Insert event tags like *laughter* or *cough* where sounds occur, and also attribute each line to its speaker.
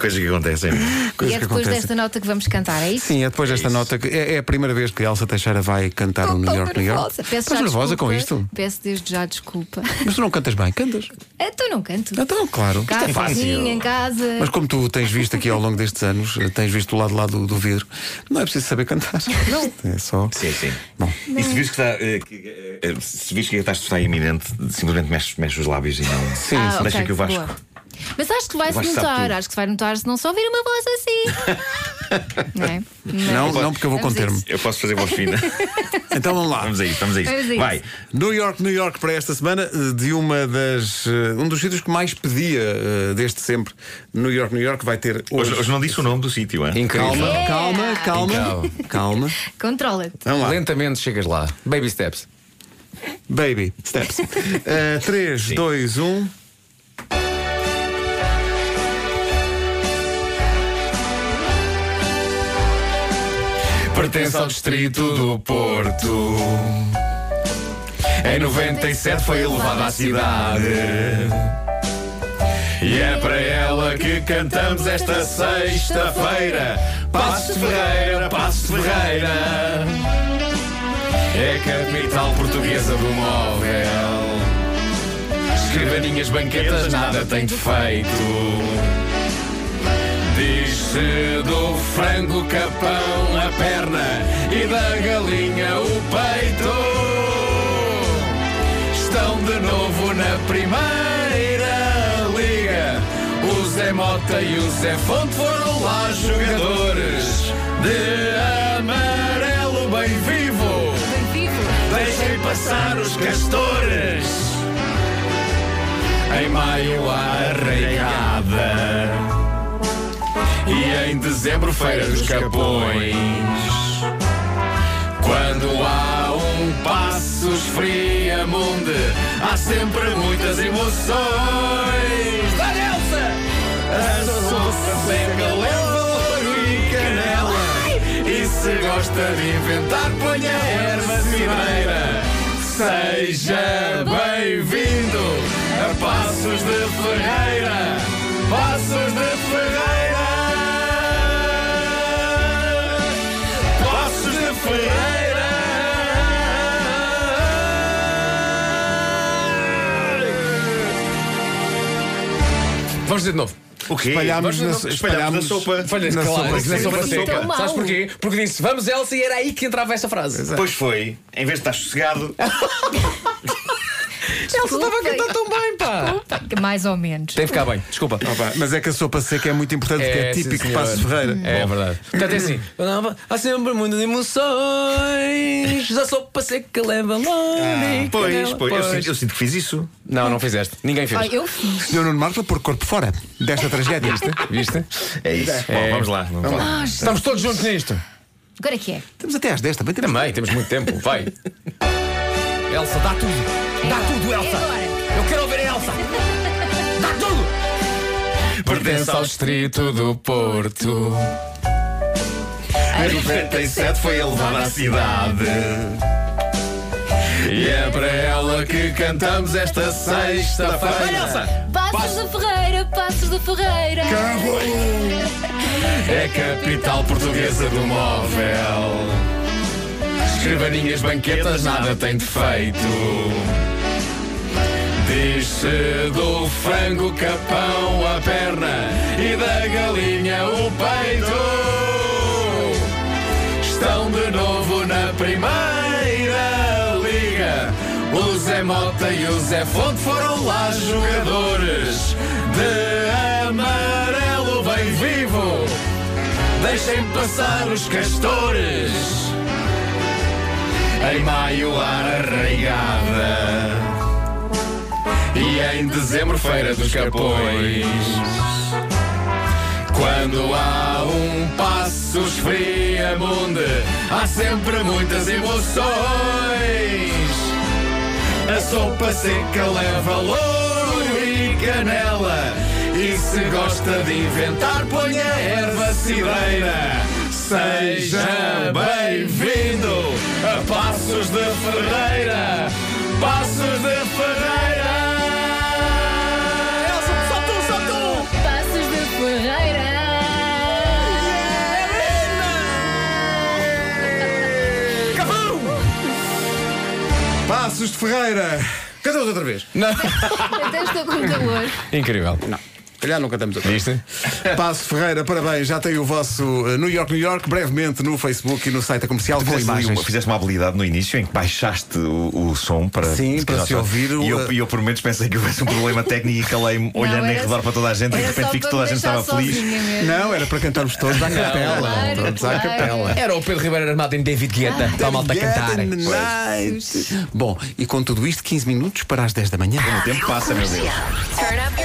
Speaker 1: Coisas que acontecem.
Speaker 2: Coisas
Speaker 3: e é
Speaker 2: que
Speaker 3: depois
Speaker 2: acontecem.
Speaker 3: desta nota que vamos cantar, é isso?
Speaker 2: Sim, é depois
Speaker 1: É
Speaker 2: desta
Speaker 1: isso.
Speaker 2: nota que é, é a primeira vez que a Elsa Teixeira vai cantar
Speaker 3: Estou
Speaker 2: um New
Speaker 3: tão
Speaker 2: York, New York.
Speaker 3: nervosa. Peço
Speaker 2: Estás
Speaker 3: já
Speaker 2: nervosa
Speaker 3: desculpa.
Speaker 2: com isto?
Speaker 3: Peço desde já desculpa. *laughs*
Speaker 2: Mas tu não cantas bem, cantas.
Speaker 3: Então não canto.
Speaker 2: Então, claro.
Speaker 3: Cá,
Speaker 2: Isto é fácil.
Speaker 3: sozinha, em casa.
Speaker 2: Mas como tu tens visto aqui ao longo destes anos, eh, tens visto o lado lá do, do vidro, não é preciso saber cantar. Não. É só.
Speaker 1: Sim, sim.
Speaker 2: Bom.
Speaker 1: E se vires que, está, eh, que, eh, se vires que a catástrofe está iminente, simplesmente mexes, mexes os lábios e não.
Speaker 2: Sim,
Speaker 3: Ah,
Speaker 2: sim.
Speaker 3: ok,
Speaker 1: Deixa que o Vasco-
Speaker 3: boa. Mas acho que
Speaker 1: O
Speaker 3: vai-se
Speaker 1: Vasco sabe
Speaker 3: notar,
Speaker 1: tudo.
Speaker 3: acho que se vai notar se não só ouvir uma voz assim. não, é? Mas-
Speaker 2: Não, não, porque eu vou
Speaker 3: Vamos a
Speaker 2: conter-me.
Speaker 3: isso.
Speaker 1: Eu posso fazer voz
Speaker 3: *laughs*
Speaker 1: fina.
Speaker 2: Então vamos lá.
Speaker 1: Vamos a isso, vamos a isso.
Speaker 3: Vamos a isso.
Speaker 1: Vai.
Speaker 2: New York, New York para esta semana, eh, de uma das. eh, um dos sítios que mais pedia eh, desde sempre. New York, New York vai ter hoje.
Speaker 1: Hoje, hoje não disse o nome do sítio, hein?
Speaker 4: Incrível.
Speaker 2: Calma,
Speaker 3: Yeah.
Speaker 2: calma, calma,
Speaker 1: Então.
Speaker 2: calma.
Speaker 3: Controla-te.
Speaker 2: Vamos lá.
Speaker 4: Lentamente chegas lá. Baby steps.
Speaker 2: Baby, steps. Eh, 3, 2, 1.
Speaker 4: Pertence ao distrito do Porto. Em 97 foi elevada à cidade. E é para ela que cantamos esta sexta-feira. Passos de Ferreira, Passos de Ferreira. É a capital portuguesa do móvel. Escrivaninhas, banquetas, nada tem defeito. Diz-se do frango capão a perna e da galinha o peito. Estão de novo na primeira liga. O Zé Mota e o Zé Fonte foram lá jogadores de amarelo bem vivo. Deixem passar os castores. Em maio a arraigada. E em dezembro, Feira dos Capões. Quando há um Passos Friamonde, há sempre muitas emoções. Da Nelsa! Assou-se em galera, louro e canela. E se gosta de inventar, ponha erva cineira. Seja bem-vindo a Passos de Ferreira. Passos de Ferreira. Passos de Ferreira. Vamos dizer de novo.
Speaker 1: O quê?
Speaker 2: Espalhámos
Speaker 1: Vamos-
Speaker 2: na-
Speaker 1: espalhámos na
Speaker 2: espalhámos-
Speaker 1: sopa.
Speaker 4: Falha na
Speaker 2: sopa
Speaker 4: sopa,
Speaker 2: seca.
Speaker 4: na sopa
Speaker 3: Mas isso é
Speaker 4: seca.
Speaker 3: tão mau.
Speaker 4: Sabes porquê? Porque disse vamos Elsa e era aí que entrava esta frase.
Speaker 1: Pois foi, em vez de estar
Speaker 3: *laughs*
Speaker 1: sossegado,
Speaker 4: Elsa estava a cantar tão bem, pá.
Speaker 3: Que Mais ou menos.
Speaker 4: Tem que ficar bem, desculpa.
Speaker 2: Opa, mas é que a sopa seca é muito importante porque é
Speaker 4: sim,
Speaker 2: típico de
Speaker 4: senhor.
Speaker 2: Passos Ferreira.
Speaker 4: É verdade. Portanto, é assim: há sempre muitas emoções. Já sou para ser que leva longe.
Speaker 1: Ah, pois, pois, Eu, sinto, eu sinto que fiz isso.
Speaker 4: Não, não fizeste. Ninguém fez.
Speaker 3: Olha, eu fiz.
Speaker 2: Senhor Nuno Marco, por corpo fora desta tragédia.
Speaker 4: Viste?
Speaker 1: É isso. Bom, vamos lá. Vamos lá.
Speaker 3: Ah, gente,
Speaker 4: Estamos todos juntos nisto.
Speaker 3: Agora que é?
Speaker 2: Estamos até às 10 também. Temos
Speaker 4: Também, temos muito tempo. Vai. Elsa, dá tudo. Dá Tá tudo,
Speaker 3: É
Speaker 4: Elsa.
Speaker 3: agora.
Speaker 4: Eu quero ouvir a Elsa. Dá tudo. Pertence ao distrito do Porto. Em 97 foi elevada à cidade. E é para ela que cantamos esta sexta-feira.
Speaker 3: Passos da Ferreira, Passos da Ferreira.
Speaker 4: É capital portuguesa do móvel. Escrivaninhas, banquetas, nada tem defeito. Diz-se do frango capão a perna e da galinha o peito. Estão de novo na primeira liga. O Zé Mota e o Zé Fonte foram lá jogadores de amarelo bem vivo. Deixem passar os castores. Em maio a arraigada. E em dezembro feira dos capões. Quando há um Passos Friamonde, há sempre muitas emoções. A sopa seca leva louro e canela. E se gosta de inventar, ponha erva cireira. Seja bem-vindo a Passos de Ferreira. Passos de Ferreira. Elsa, só tu, só tu.
Speaker 3: Passos da
Speaker 2: Passos de Ferreira. Cantamos outra vez.
Speaker 3: Até estou com calor.
Speaker 4: Incrível.
Speaker 2: Calhar não cantamos outra vez.
Speaker 4: Viste?
Speaker 2: Passo Ferreira, parabéns. Já tem o vosso eh, New York, New York, brevemente no Facebook e no site da comercial com
Speaker 1: Fizeste, ali
Speaker 2: imagens.
Speaker 1: uma, fizeste uma habilidade no início em que baixaste o, o som para,
Speaker 2: Sim, para se
Speaker 1: nota.
Speaker 2: ouvir o-
Speaker 1: E eu, e eu por momentos pensei que houvesse um problema técnico e calei-me olhando em
Speaker 3: era-
Speaker 1: redor para toda a gente e de
Speaker 3: era
Speaker 1: repente
Speaker 3: só
Speaker 1: vi que
Speaker 3: para
Speaker 1: toda a
Speaker 3: me
Speaker 1: gente estava
Speaker 3: deixar
Speaker 1: feliz.
Speaker 3: sozinha mesmo.
Speaker 2: Não, era para cantarmos todos à capela.
Speaker 3: claro,
Speaker 2: todos à
Speaker 3: claro.
Speaker 2: capela.
Speaker 4: Era o Pedro Ribeiro Armado em David Guetta para a malta cantar.
Speaker 2: Get in the night. Bom, e com tudo isto, 15 minutos para as 10 da manhã.
Speaker 1: O tempo passa, meu Deus.
Speaker 5: Turn up